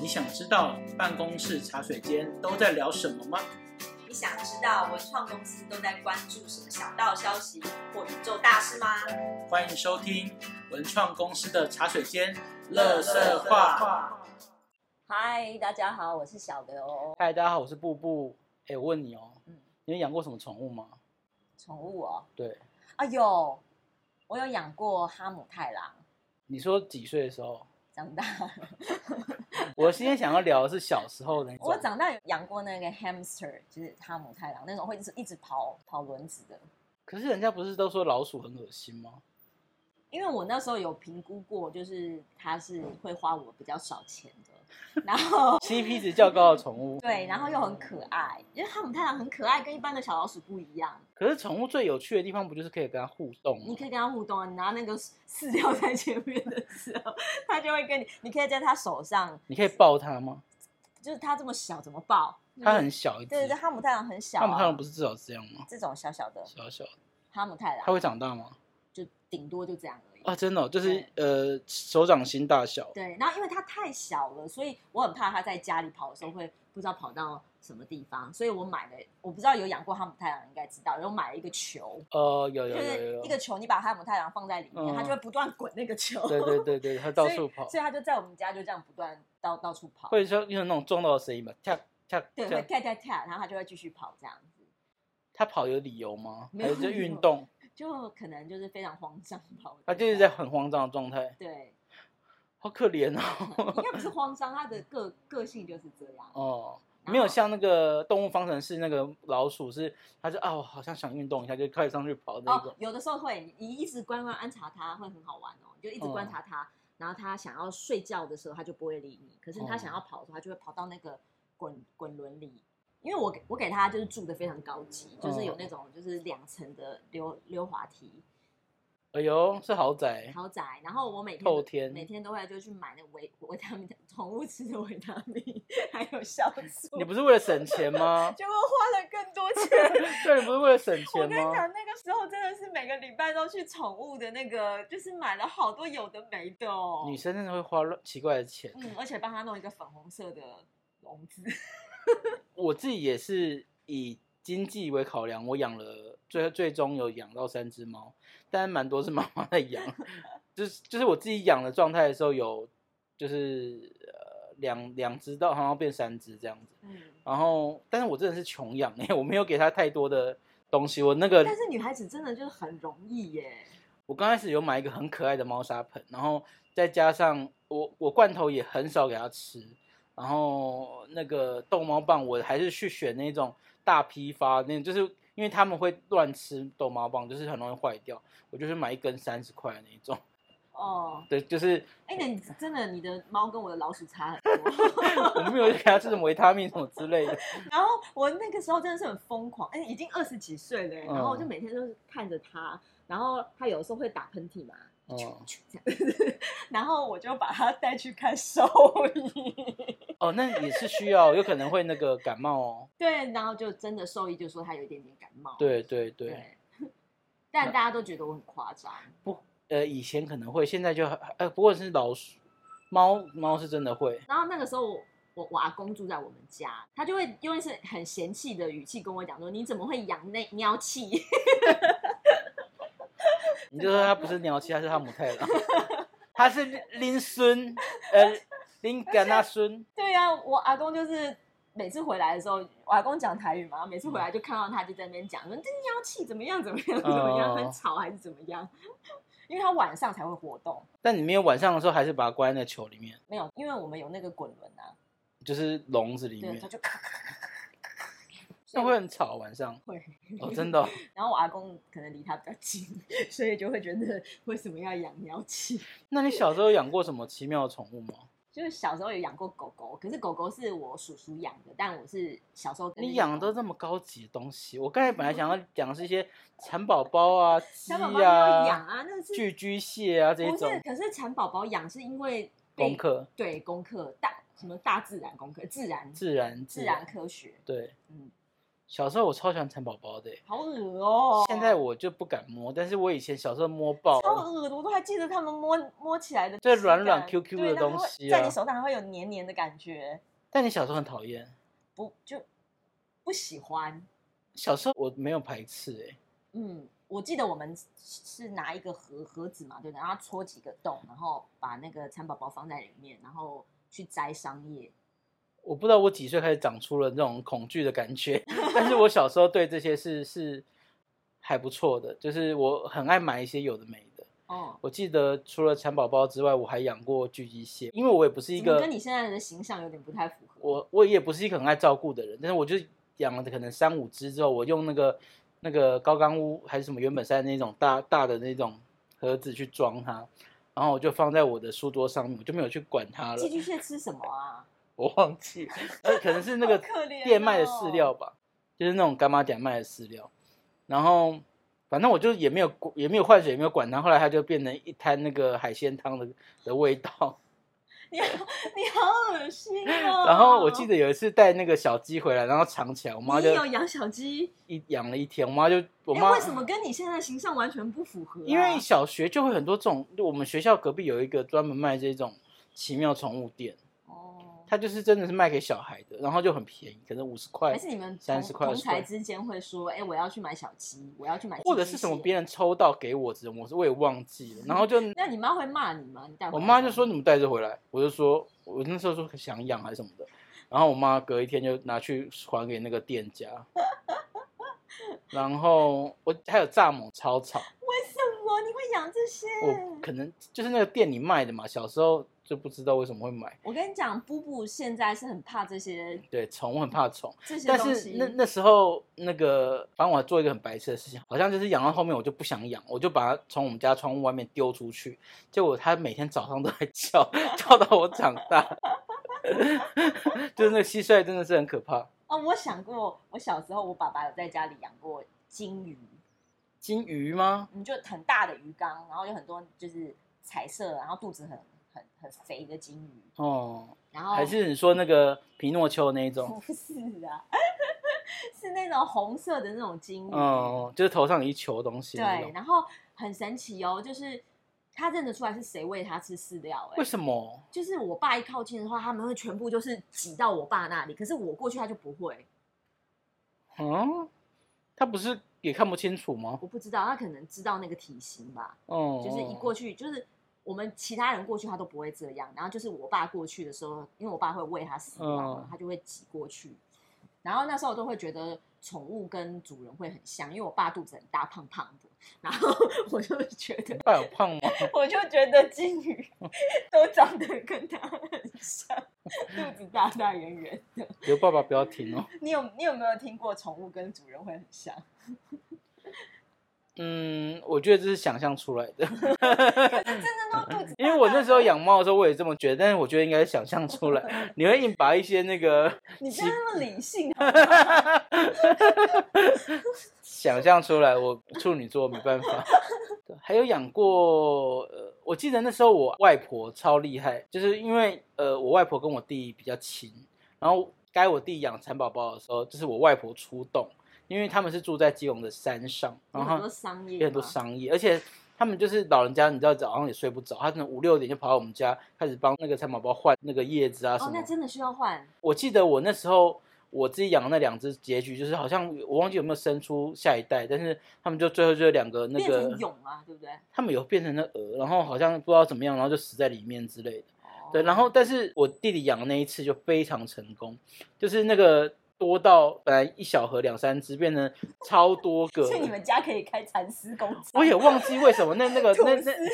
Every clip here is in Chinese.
你想知道办公室茶水间都在聊什么吗？你想知道文创公司都在关注什么小道消息或宇宙大事吗？欢迎收听文创公司的茶水间乐色话。嗨，大家好，我是小刘。嗨，大家好，我是布布。哎，我问你哦，嗯你有养过什么宠物吗？宠物哦，对，啊有，我有养过哈姆太郎，你说几岁的时候？长大了我今天想要聊的是小时候的那种。我长大有养过那个 hamster，就是哈姆太郎那种会一直一直跑跑轮子的。可是人家不是都说老鼠很恶心吗？因为我那时候有评估过，就是它是会花我比较少钱的，然后，？CP 值较高的宠物对，然后又很可爱，因为哈姆太郎很可爱，跟一般的小老鼠不一样。可是宠物最有趣的地方不就是可以跟它互动吗？你可以跟它互动啊，你拿那个饲料在前面的时候，它就会跟你，你可以在它手上，你可以抱它吗？就是它这么小怎么抱？嗯它很小一只，对对对，哈姆太郎很小、啊，它们看到不是至少这样吗？这种小小的小小的，哈姆太它郎，会长大吗？就顶多就这样而已。啊，真的哦、就是呃手掌心大小。对，然后因为它太小了，所以我很怕它在家里跑的时候会不知道跑到什么地方，所以我买了，我不知道有养过哈姆太郎应该知道，然后买了一个球，呃，有就有有有是有一，个球，你把哈姆太郎放在里面，嗯它就会不断滚那个球，对对 对对，它到处跑所以，所，以它就在我们家就这样不断到到处跑，会说有那种撞到的声音吧，跳跳对，会跳。跳跳跳，然后它就会继续跑这样子，它跑有理由吗？没还有是就理由运动？就可能就是非常慌张吧，它我就是觉在得很慌张的状态， 对，好可怜哦。应该不是慌张，它的个个性就是这样，哦，然没有后像那个《动物方程式》那个老鼠是，它就啊，我好像想运动一下，就开始上去跑那哦种。，有的时候会，你一直观观观察它，会很好玩哦。你就一直观察它，然后它想要睡觉的时候，它就不会理你；可是它哦想要跑的时候，它就会跑到那个滚滚轮里。因为我给我给它就是住的非常高级，就是哦有那种就是两层的溜溜滑梯哎呦，是豪宅，豪宅，然后我每天哎透都天每天都会就去买那个维维他命宠物吃的维他命， 还有酵素你，不是为了省钱吗？ 结果花了更多钱。对，你不是为了省我钱跟你吗？讲，那个时候真的是每个礼拜都去宠物的那个，就是买了好多有的没的哦。女生真的会花乱奇怪的钱。嗯，而且帮他弄一个粉红色的笼 子，嗯我自己也是以经济为考量，我养了最最终有养到三只猫，但蛮多是妈妈在养，就是就是我自己养的状态的时候有，就是呃两两只到好像变三只这样子。嗯，然后，但是我真的是穷养 哎，我没有给他太多的东西。我那个但是女孩子真的就是很容易耶，我刚开始有买一个很可爱的猫砂盆，然后再加上我我罐头也很少给它吃，然后那个逗猫棒我还是去选那种大批发，那就是因为他们会乱吃逗猫棒，就是很容易坏掉，我就是买一根三十块的那种。哦，对，就是 哎、那你真的你的猫跟我的老鼠差很多。 我没有给它吃什么维他命什么之类的。然后我那个时候真的是很疯狂，哎、已经二十几岁了耶，嗯然后我就每天都是看着它，然后它有的时候会打喷嚏嘛， 嗯啾啾这样子然后我就把它带去看兽医。 哦，那也是需要，有可能会那个感冒哦。对，然后就真的兽医就说他有一点点感冒。对对对。对， 但大家都觉得我很夸张。呃，以前可能会，现在就呃，不过是老鼠、猫，猫是真的会。然后那个时候我我我阿公住在我们家，他就会用一些很嫌弃的语气跟我讲说：“你怎么会养那喵气 你就说它不是鸟气，它是哈姆太郎，它是拎孙，呃，拎甘纳孙。？”对呀、我阿公就是。每次回来的时候，我阿公讲台语嘛，每次回来就看到他就在那边讲说这喵气怎么样怎么样怎么样，嗯哦很吵还是怎么样？ 因为他晚上才会活动，但你没有晚上的时候，还是把它关在那个球里面，没有，因为我们有那个滚轮啊，就是笼子里对，面他，就 咔咔咔咔咔咔，那会很吵晚上。会哦，真的哦、然后我阿公可能离他比较近，所以就会觉得为什么要养鸟气？那你小时候养过什么奇妙的宠物嗯吗？ 就是小时候有养过狗狗，可是狗狗是我叔叔养的，但我是小时候跟你养的都这么高级的东西，我刚才本来想要讲的是一些蚕宝宝啊、鸡蚕宝宝要养啊、啊，那是巨居蟹啊这不是种？可是蚕宝宝养是因为被功课，对功课大什么大自然功课自然自然自然科学，对，嗯，小时候我超喜欢蚕宝宝的欸、好恶哦、现在我就不敢摸，但是我以前小时候摸爆超了，恶的，我都还记得他们摸摸起来的质就感，是软软 Q Q 对的那个东会西在啊你手上还会有黏黏的感觉，但你小时候很讨厌，不就不喜欢。小时候我没有排斥、欸，嗯，我记得我们是拿一个盒盒子嘛，对不对？然后戳几个洞，然后把那个蚕宝宝放在里面，然后去摘桑叶。我不知道我几岁开始长出了这种恐惧的感 觉，但是我小时候对这些事是还不错的，就是我很爱买一些有的没的。哦，我记得除了蚕宝宝之外，我还养过巨脊蟹，因为我也不是一怎么个跟你现在的形象有点不太符合。我我也不是一个很爱照顾的人，但是我就养了可能三五只之后，我用那个那个高冈屋还是什么原本山那种大大的那种盒子去装它，然后我就放在我的书桌上面，我就没有去管它了寄，居蟹吃什么啊？我忘记，呃，可能是那个好可怜哦店卖的饲料吧，就是那种干妈店卖的饲料。然后反正我就也没有管也没有换水，也没有管它。后来它就变成一滩那个海鲜汤的的味哦道。你好，你好恶心 哦！然后我记得有一次带那个小鸡回来，然后藏起来，我妈你就也有养小鸡，一养了一天，我妈就我哎、妈、为什么跟你现在形象完全不符合啊、因为小学就会很多这种，就我们学校隔壁有一个专门卖这种奇妙宠物店，哦，它就是真的是卖给小孩的，然后就很便宜，可能五十块还，是你们同30块同20块才之间会说，哎、我要去买小鸡，我要去买寄居蟹，或者是什么别人抽到给我这种，我是我也忘记了，然 后就那你妈会骂你吗？你带回我来妈就吗说你们带着回来，我就说我那时候说想养啊还是什么的，然后我妈隔一天就拿去还给那个店家， 然后我还有蚱蜢超吵，为什么你会养这些？我可能就是那个店里卖的嘛，小时候就不知道为什么会买，我跟你讲，布布现在是很怕这些对虫我很怕虫，这些但东是西。那那时候那个反正我还做一个很白痴的事情，好像就是养到后面我就不想养，我就把它从我们家窗户外面丢出去，结果它每天早上都在叫，叫到我长大， 就是那个蟋蟀真的是很可怕。哦，我想过，我小时候我爸爸有在家里养过金鱼，金鱼吗？你就很大的鱼缸，然后有很多就是彩色，然后肚子很很很肥的金鱼，哦，然后还是你说那个皮诺丘那一种？ 不是啊，是那种红色的那种金鱼，哦，就是头上有一球东西那嗯对，种。然后很神奇哦，就是他认得出来是谁喂他吃饲料、哎为，什么？就是我爸一靠近的话，他们会全部就是挤到我爸那里，可是我过去他就不会，嗯，它不是也看不清楚吗？我不知道他可能知道那个体型吧，哦，就是一过去就是。我们其他人过去他都不会这样，然后就是我爸过去的时候，因为我爸会喂他饲料嘛嗯，他就会挤过去。然后那时候我都会觉得宠物跟主人会很像，因为我爸肚子很大，胖胖的，然后 我就觉得，爸有胖 吗？我就觉得金鱼 都长得跟他很像，肚子大大圆圆的。刘爸爸不要停哦。你有你有没有听过宠物跟主人会很 像？嗯，我觉得这是想象出来 的，真的都肚子大大因为我那时候养猫的时候，我也这么觉得，但是我觉得应该是想象出来。你会硬把一嗯些那个你真的那么理性、啊 想象出来，我处女座没办法。对还有养过，呃，我记得那时候我外婆超厉害，就是因为呃，我外婆跟我弟比较亲，然后该我弟养蚕宝宝的时候，就是我外婆出动，因为他们是住在基隆的山上，然有后很多商业也很多嘛商业，而且他们就是老人家，你知道早上也睡不着，他可能五六点就跑到我们家开始帮那个蚕宝宝换那个叶子啊什哦，么。那真的需要换。我记得我那时候我自己养的那两只，结局就是好像我忘记有没有生出下一代，但是他们就最后就有两个那变成个，蛹啊，对不对？他们有变成那鹅，然后好像不知道怎么样，然后就死在里面之类的。哦对，然后但是我弟弟养的那一次就非常成功，就是那个。多到本来一小盒两三只，变成超多个。所以你们家可以开蚕丝工厂。我也忘记为什么那那个 吐那司那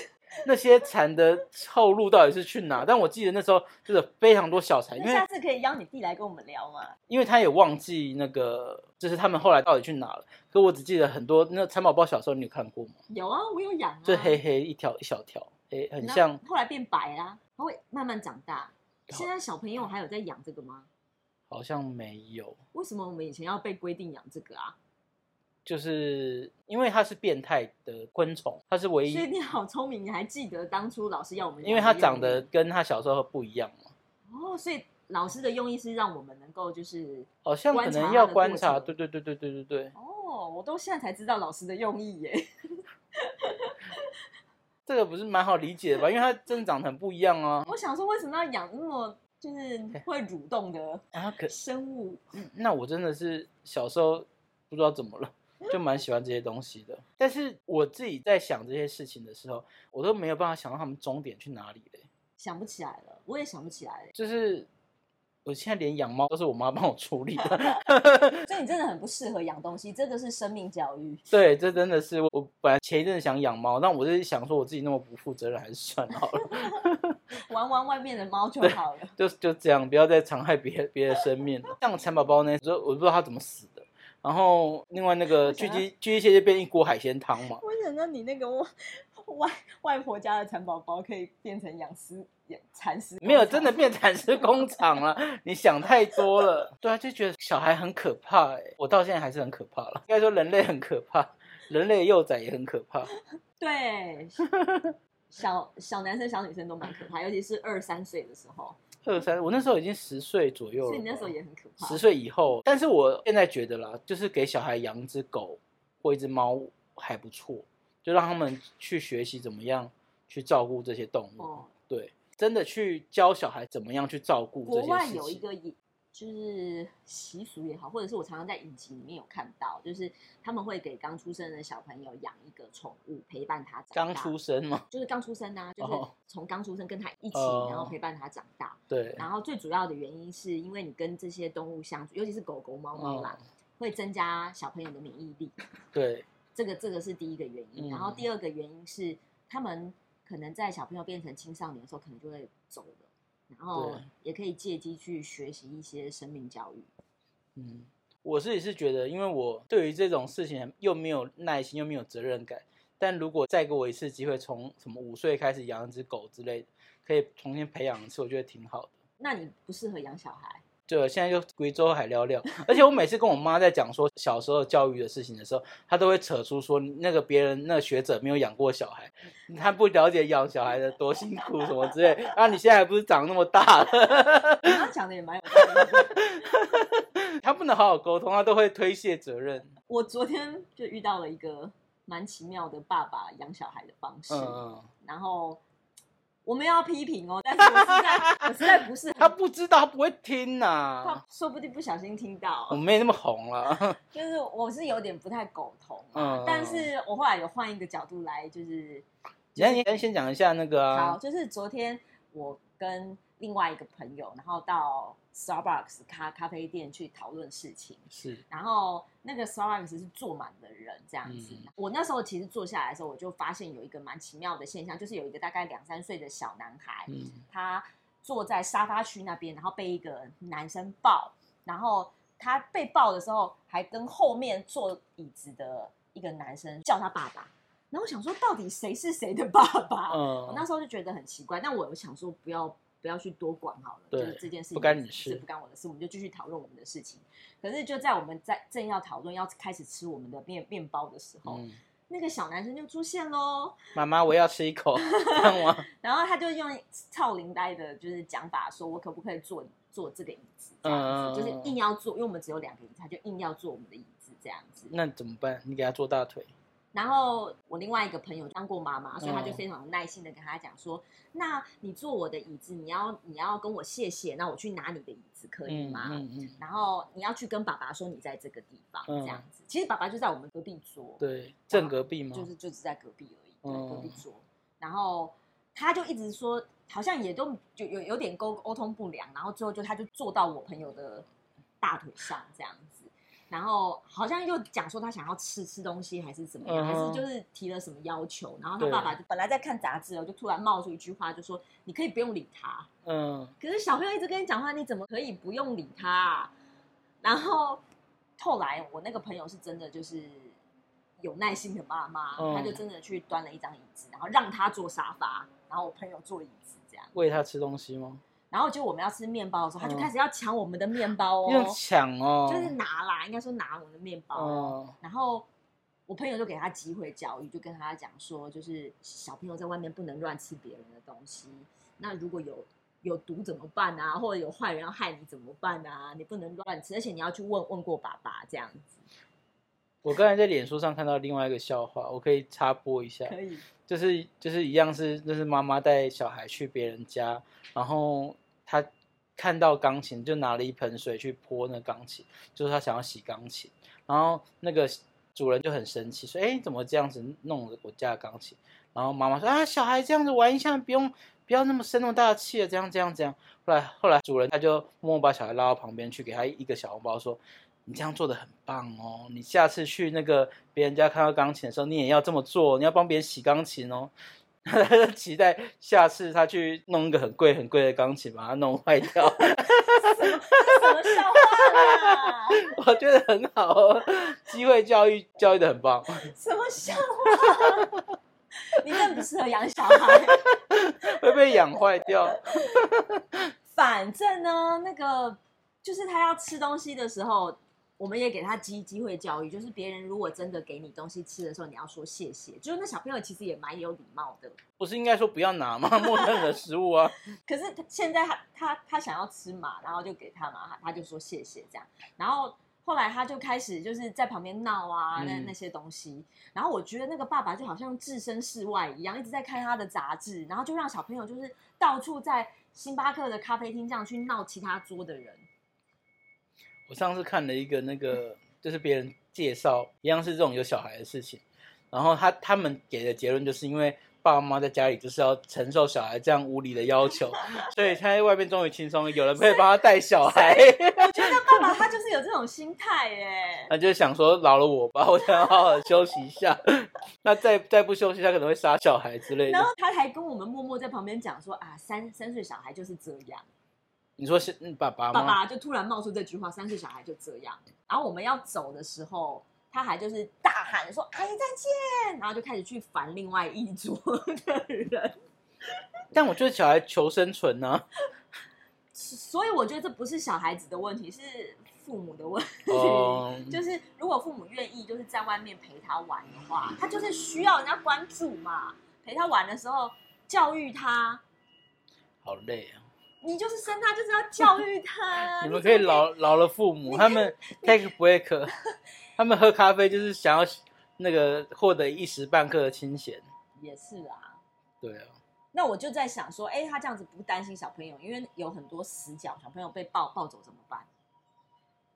那些蚕的后路到底是去哪？但我记得那时候就是非常多小 蚕，因那为下次可以邀你弟来跟我们聊嘛？因为他也忘记那个，就是他们后来到底去哪了。可我只记得很多那蚕宝宝小时候你有看过吗？有啊，我有养啊。就黑黑一条一小条，诶，很然后像哦后来变白啦、它会慢慢长大。现在小朋友还有在养这个吗？好像没有，为什么我们以前要被规定养这个啊？就是因为它是变态的昆虫，它是唯所以一，你好聪明，你还记得当初老师要我们养这个，因为它长得跟它小时候不一样嘛。哦，所以老师的用意是让我们能够就是好像可观察能它要的观过察，程对对对对对对对。哦，我都现在才知道老师的用意耶。 这个不是蛮好理解的吧？因为它真的长得很不一样 啊。我想说，为什么要养那么就是会蠕动的啊，可生物？那我真的是小时候不知道怎么了，就蛮喜欢这些东西的。但是我自己在想这些事情的时候，我都没有办法想到他们终点去哪里嘞。想不起来了，我也想不起来了。就是我现在连养猫都是我妈帮我处理的。 所以你真的很不适合养东西，这个是生命教育。对，这真的是我本来前一阵子想养猫，但我是想说我自己那么不负责任，还是算了好了， 玩玩外面的猫就好了。就就这样，不要再残害别别的生命了。像蚕宝宝呢，我我不知道它怎么死的。然后另外那个想巨要鸡巨鸡蟹就变一锅海鲜汤嘛， 我想到你那个外外外婆家的蚕宝宝可以变成养尸养蚕尸，没有，真的变蚕丝工厂了。你想太多了。对啊，就觉得小孩很可怕、欸，我到现在还是很可怕了。应该说人类很可怕，人类幼崽也很可怕。 对。小小男生、小女生都蛮可怕，尤其是二三岁的时候，二三，我那时候已经十岁左右了所吧，以你那时候也很可怕。十岁以后。但是我现在觉得啦，就是给小孩养一只狗或一只猫还不错，就让他们去学习怎么样去照顾这些动物。哦，对，真的去教小孩怎么样去照顾这国些外事有一情个也就是习俗也好，或者是我常常在影集里面有看到，就是他们会给刚出生的小朋友养一个宠物陪伴他长刚大。出生嘛，就是刚出生啊，就是哦从刚出生跟他一起，哦然后陪伴他长大。对，然后最主要的原因是因为你跟这些动物相处，尤其是狗狗、猫猫啦，嗯会增加小朋友的免疫力。对，这个这个是第一个原因。嗯然后第二个原因是他们可能在小朋友变成青少年的时候，可能就会走了，然后对也可以借机去学习一些生命教育。嗯，我自己是觉得，因为我对于这种事情又没有耐心，又没有责任感。但如果再给我一次机会，从什么五岁开始养一只狗之类的，可以重新培养一次，我觉得挺好的。那你不适合养小孩，就现在就贵州海聊聊， 而且我每次跟我妈在讲说小时候教育的事情的时候，她都会扯出说那个别人那个学者没有养过小孩， 她不了解养小孩的多辛苦什么之类。 啊，你现在还不是长那么大了， 你刚刚讲的也蛮有道理的。她不能好好沟通，她都会推卸责任。我昨天就遇到了一个蛮奇妙的爸爸养小孩的方式，嗯嗯。然后。我们要批评哦，但是我实在我实在不是他很，不知道，他不会听呐、他说不定不小心听到，我没那么红 了，就是我是有点不太苟同啊，嗯但是我后来有换一个角度来，就是那你先先讲一下那个好，啊，就是昨天我跟另外一个朋友，然后到 Starbucks 咖咖啡店去讨论事情，是然后那个 Starbucks 是坐满的人这样子。嗯我那时候其实坐下来的时候，我就发现有一个蛮奇妙的现象，就是有一个大概两三岁的小男孩，嗯他坐在沙发区那边，然后被一个男生抱，然后他被抱的时候还跟后面坐椅子的一个男生叫他爸爸。然后我想说，到底谁是谁的爸爸？我那嗯，时候就觉得很奇怪，但我有想说不要不要去多管好了，就对是这件事情不干你事是不干我的事，我们就继续讨论我们的事情。可是就在我们在正要讨论要开始吃我们的面面包的时候，嗯那个小男生就出现喽，妈妈我要吃一口， 这样吗？然后他就用超龄呆的就是讲法说，我可不可以坐坐这个椅子这样子，嗯就是硬要坐，因为我们只有两个椅子，他就硬要坐我们的椅子这样子。那怎么办？你给他做大腿，然后我另外一个朋友当过妈妈，所以他就非常有耐心的跟他讲说：“那你坐我的椅子，你要你要跟我谢谢，那我去拿你的椅子可以嗯吗？嗯嗯，然后你要去跟爸爸说你在这个地方、嗯这样子。其实爸爸就在我们隔壁桌，对，正隔壁吗？就是就只在隔壁而已，对，嗯隔壁桌。然后他就一直说，好像也都就有有点沟沟通不良，然后最后就他就坐到我朋友的大腿上这样子，然后好像又讲说他想要吃吃东西还是怎么样，嗯还哼是就是提了什么要求，然后他对爸爸就本来在看杂志哦，就突然冒出一句话，就说你可以不用理他，嗯，可是小朋友一直跟你讲话，你怎么可以不用理他、啊？然后后来我那个朋友是真的就是有耐心的妈妈，嗯她就真的去端了一张椅子，然后让他坐沙发，然后我朋友坐椅子这样。喂他吃东西吗？然后就我们要吃面包的时候，他就嗯开始要抢我们的面包哦，用抢哦，就是拿啦，应该说拿我们的面包哦。嗯然后我朋友就给他机会教育，就跟他讲说，就是小朋友在外面不能乱吃别人的东西。那如果有有毒怎么办啊，或者有坏人要害你怎么办啊？你不能乱吃，而且你要去问问过爸爸这样子。我刚才在脸书上看到另外一个笑话，我可以插播一下，可 以，就是就是一样是就是妈妈带小孩去别人家，然后她看到钢琴就拿了一盆水去泼那钢琴，就是她想要洗钢琴，然后那个主人就很生气说：“哎，怎么这样子弄我家的钢琴？”然后妈妈说：“啊，小孩这样子玩一下，不用不要那么生那么大的气了，这样这样这样。”后来后来主人他就默默把小孩拉到旁边去，给他一个小红包说。你这样做的很棒哦！你下次去那个别人家看到钢琴的时候，你也要这么做，你要帮别人洗钢琴哦。 他就期待下次他去弄一个很贵很贵的钢琴，把它弄坏掉。 什么笑话啦？我觉得很好哦，机会教育教育的很棒。 什么笑话？ 你更不适合养小孩。会被养坏掉。反正呢，那个就是他要吃东西的时候，我们也给他机机会教育，就是别人如果真的给你东西吃的时候，你要说谢谢。就是那小朋友其实也蛮有礼貌的，不是应该说不要拿吗？默认的食物啊，可是他现在他他他想要吃嘛，然后就给他嘛，他他就说谢谢这样，然后。后来他就开始就是在旁边闹啊，那嗯那些东西。然后我觉得那个爸爸就好像置身事外一样，一直在看他的杂志，然后就让小朋友就是到处在星巴克的咖啡厅这样去闹其他桌的人。我上次看了一个那个，就是别人介绍，一样是这种有小孩的事情，然后他他们给的结论就是因为爸爸妈妈在家里就是要承受小孩这样无理的要 求，所以现在外面终于轻松，有人可以帮他带小孩， 我觉得爸爸他就是有这种心态耶。他就想说饶了我吧，我想要好好休息一下， 那再再不休息，他可能会杀小孩之类的然。后他还跟我们默默在旁边讲说啊，三三岁小孩就是这样。你说是嗯爸爸吗？爸爸就突然冒出这句话：“三岁小孩就这样。”然后我们要走的时候，他还就是大喊说：“阿姨再见！”然后就开始去烦另外一桌的人。但我觉得小孩求生存啊呢、 所以我觉得这不是小孩子的问题，是父母的问题。哦、就是如果父母愿意，就是在外面陪他玩的话，他就是需要人家关注嘛。陪他玩的时候，教育他，好累啊！你就是生他就是要教育他。 你怎么们可以以饶饶了父母，他们 take break，他们喝咖啡就是想要那个获得一时半刻的清闲。也是啊。对啊，那我就在想说，哎、他这样子不担心小朋友，因为有很多死角，小朋友被抱抱走怎么办？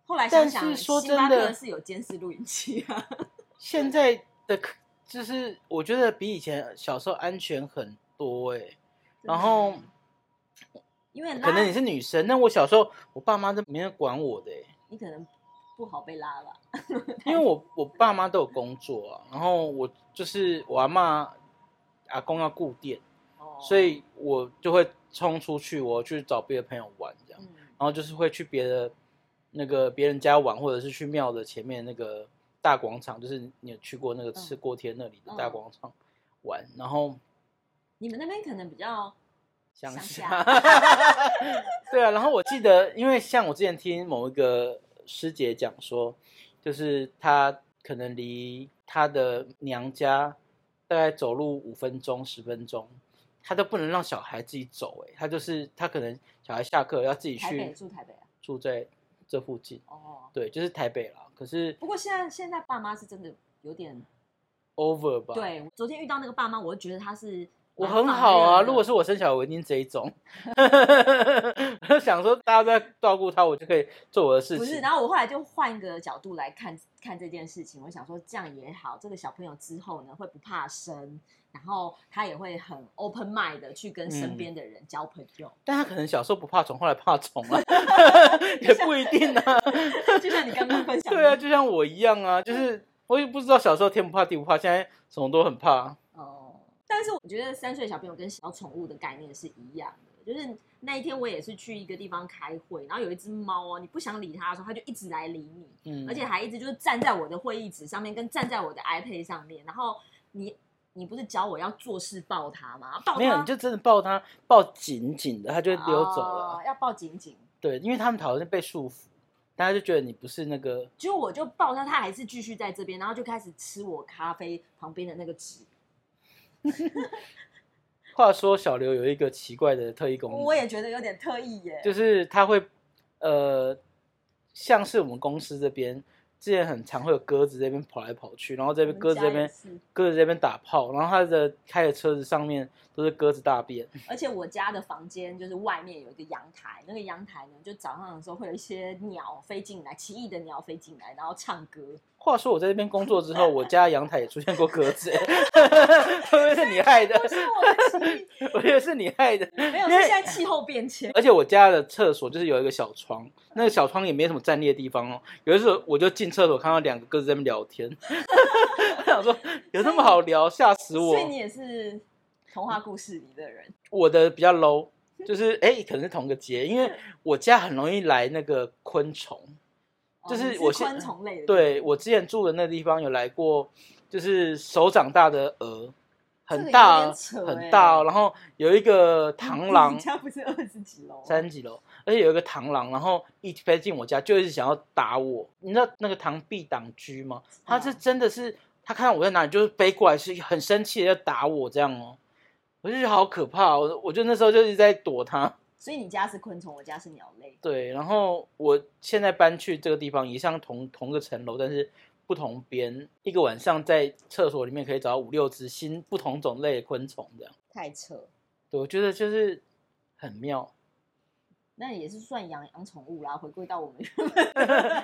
后来想想，但是说星巴真的克是有监视录影器啊， 现在的可就是我觉得比以前小时候安全很多哎、然后因为拉可能你是女生，那我小时候我爸妈都没人管我的、欸，你可能不好被拉了，因为我我爸妈都有工作啊，然后我就是我阿妈阿公要顾店，哦，所以我就会冲出去，我去找别的朋友玩这样。嗯，然后就是会去别的那个别人家玩，或者是去庙的前面那个大广场，就是你有去过那个嗯吃锅贴那里的大广场玩，然后你们那边可能比较乡乡下， 对啊，然后我记得，因为像我之前听某一个师姐讲说，就是她可能离她的娘家大概走路五分钟、十分钟。她都不能让小孩自己走、欸，哎，她就是她可能小孩下课要自己台北去住台北啊，住在这附近，哦，对，就是台北啦。可是不过现在现在爸妈是真的有点， over 吧？，对，昨天遇到那个爸妈，我就觉得他是啊我蛮很放好啊。任的如果是我生小孩，我一定这一种。 想说大家都在照顾他，我就可以做我的事不是，情。然后我后来就换一个角度来看看这件事情，我想说这样也好，这个小朋友之后呢会不怕生，然后他也会很 open mind 的去跟嗯身边的人交朋友，但他可能小时候不怕虫，后来怕虫 了、也不一定啊。就像嗯你刚刚分 享的，对啊，就像我一样啊，就是我也不知道小时候天不怕地不怕，现在什么都很怕。哦，但是我觉得三岁小朋友跟小宠物的概念是一样的，就是那一天我也是去一个地方开会，然后有一只猫哦，你不想理它的时候，它就一直来理你，嗯，而且还一直就是站在我的会议纸上面，跟站在我的 iPad 上面，然后你。你不是教我要做事抱它吗？抱它没有，你就真的抱他，抱紧紧的，他就会溜走了。哦要抱紧紧。对，因为他们讨厌被束缚，大家就觉得你不是那个结果我就抱他，他还是继续在这边，然后就开始吃我咖啡旁边的那个纸。话说小刘有一个奇怪的特异功能，我也觉得有点特意耶。就是他会，呃，像是我们公司这边之前很常会有鸽子这边跑来跑去，然后这边鸽子这边边，鸽子这边打炮，然后他的开的车子上面都是鸽子大便，而且我家的房间就是外面有一个阳台，那个阳台呢，就早上的时候会有一些鸟飞进来，奇异的鸟飞进来，然后唱歌。 话说我在这边工作之后，我家阳台也出现过鸽子、欸， 会不会是你害的？不是我的奇我觉得是你害的。异，没有，因是为现在气候变 迁。而且我家的厕所就是有一个小窗，那个小窗也没什么站立的地方哦。有的时候我就进厕所看到两个鸽子在那边聊天， 我想说有那么好聊，吓死我所以！你也是童话故事里的人，我的比较 low，就是哎、可能是同个节，因嗯为我家很容易来那个昆虫。就是哦你我现昆虫类的。对我之前住的那地方有来过，就是手掌大的蛾，这很个有大点扯很欸大哦，然后有一个螳螂 你，家不是二十几楼？三十几楼，而且有一个螳螂，然后一飞进我家就一直想要打我。你知道那个螳臂挡车吗？他嗯是真的是，他看到我在哪里，就是飞过来，是很生气的要打我这样哦。我就觉得好可怕、哦，我我就那时候就一直在躲他。所以你家是昆虫，我家是鸟类。对，然后我现在搬去这个地方，也像同同个层楼，但是不同边。一个晚上在厕所里面可以找到五六只新不同种类的昆虫，这样。太扯，对，我觉得就是很妙。那也是算养养宠物啦。回归到我们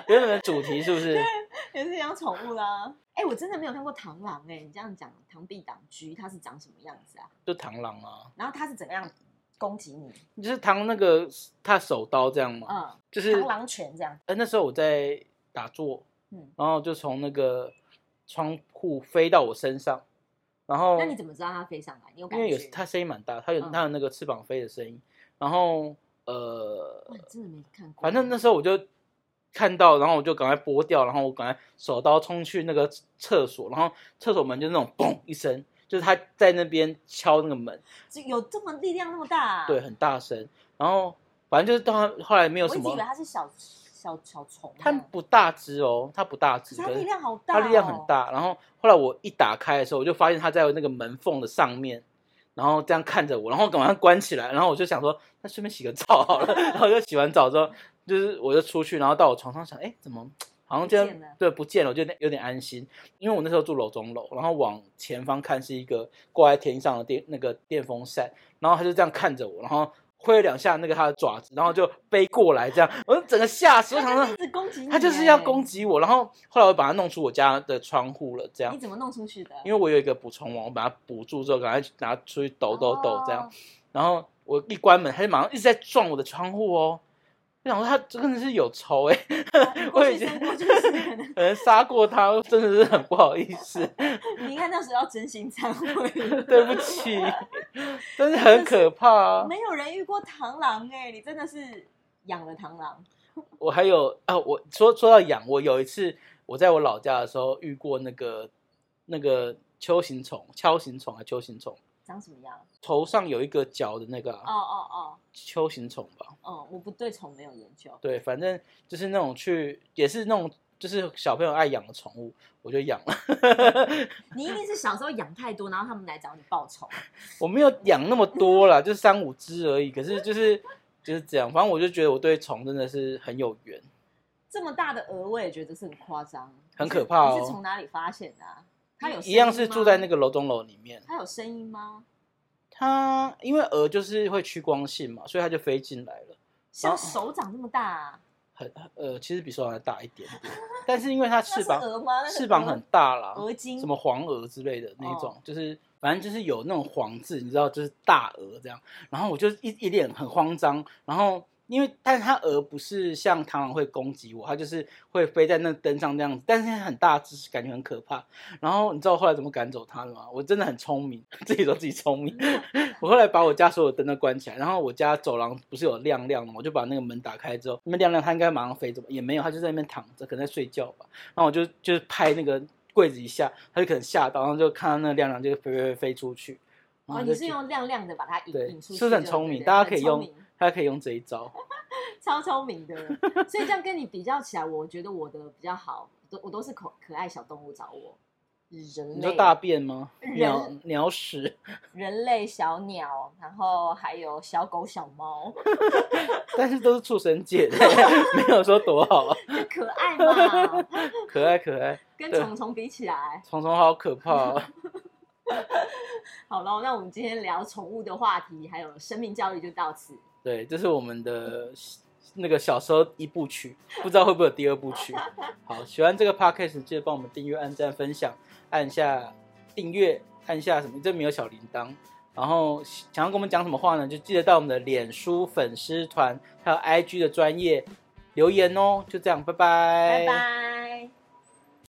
原本的主题是不是？ 也是养宠物啦。哎、我真的没有看过螳螂哎、你这样讲，螳臂挡车，它是长什么样子啊？就螳螂啊。然后它是怎么样攻击你？就是螳那个他手刀这样嘛，嗯，就是螳螂拳这样。呃那时候我在打坐，嗯，然后就从那个窗户飞到我身上，然后那你怎么知道它飞上来？你有因感为有觉？它声音蛮大，它有嗯它有那个翅膀飞的声音，然后呃哇，你真的没看过。欸反正那时候我就看到，然后我就赶快拨掉，然后我赶快手刀冲去那个厕所，然后厕所门就那种嘣一声，就是他在那边敲那个门，就有这么力量那么大、啊对，，很大声，然后反正就是到后来没有我什一直么以为它是小小小虫啊。它不大只哦，它不大可只，是它可是力量好大、它哦，力量很。大。然后后来我一打开的时候，我就发现它在那个门缝的上面，然后这样看着我，然后赶快关起来。然后我就想说，那顺便洗个澡好了。然后我就洗完澡之后，就是我就出去，然后到我床上想，哎，怎么好像这样不见了对不见了，我就有点有点安心，因为我那时候住楼中楼，然后往前方看是一个挂在天上的电那个电风扇，然后他就这样看着我，然后。挥了两下那个他的爪子，然后就飞过来，这样我就整个吓死，我想说它就一直攻击你、欸他就是要攻。击我，然后后来我把它弄出我家的窗户了，这样你，怎么弄出去的？因为我有一个补充网，我把它补住之后，赶快拿出去抖抖抖这样哦，然后我一关门，它就马上一直在撞我的窗户哦，我想说它真的是有仇哎、 你我过已去经生过去世可能 可能杀过它，真的是很不好意思， 你应该那时候要真心忏悔。对不起，真的很可怕啊！没有人遇过螳螂哎、你真的是养了螳螂，我还有啊，我说说到养，我有一次我在我老家的时候遇过那个那个秋形虫、锹形虫还啊是秋形虫。长什么样？头上有一个角的那个、哦啊、哦哦，秋形虫吧？哦，我不对虫没有研究。对，反正就是那种去，也是那种就是小朋友爱养的宠物，我就养了。 你一定是小时候养太多，然后他们来找你报仇。我没有养那么多啦，就是三五只而已。可是就是就是这样，反正我就觉得我对虫真的是很有缘。这么大的蛾，我也觉得是很夸张，很可怕哦你是从哪里发现的、啊？它有一样是住在那个，个楼中楼里面，它有声音吗？它因为蛾就是会趋光性嘛，所以它就飞进来了。哦像手掌那么大、啊？很呃，其实比手掌还大一点点，但是因为它那翅是 膀蛾吗？那是翅膀很大啦，蛾精什么黄蛾之类的那一种，就是反正就是有那种黄字，你知道，就是大蛾这样。然后我就一一脸很慌张，然后因为但是它蛾不是像螳螂会攻击我，它就是会飞在那灯上这样子，但是很大只，感觉很可怕。然后你知道我后来怎么赶走它的吗？我真的很聪明， 自己说自己聪明。我后来把我家所有灯都关起来，然后我家走廊不是有亮亮的吗？我就把那个门打开之后，那边亮亮它应该马上飞走吧，也没有，它就在那边躺着，可能在睡觉吧。然后我就就是拍那个柜子一下，它就可能吓到，然后就看到那个亮亮就飞飞飞飞出去。然后 哦，就你是觉得用亮亮的把它引对引出去，是不是很聪明对对大家可以很聪明它可以用这一招，超聪明的。所以这样跟你比较起来，我觉得我的比较好，都我都是可可爱小动物找我。人你说类大便吗？人鸟鸟屎，人类小鸟，然后还有小狗、小猫，但是都是畜生界的， 没有说多好，就可 爱嘛，可爱可爱。跟对虫虫比起来。虫虫好可怕、哦，好了，那我们今天聊宠物的话题，还有生命教育就到此。对，这是我们的那个小时候一部曲，不知道会不会有第二部曲。好，喜欢这个 podcast，记得帮我们订阅、按赞、分享，按下订阅，按下什么？这没有小铃铛。然后想要跟我们讲什么话呢？就记得到我们的脸书粉丝团还有 IG 的专业留言哦。就这样，拜拜拜。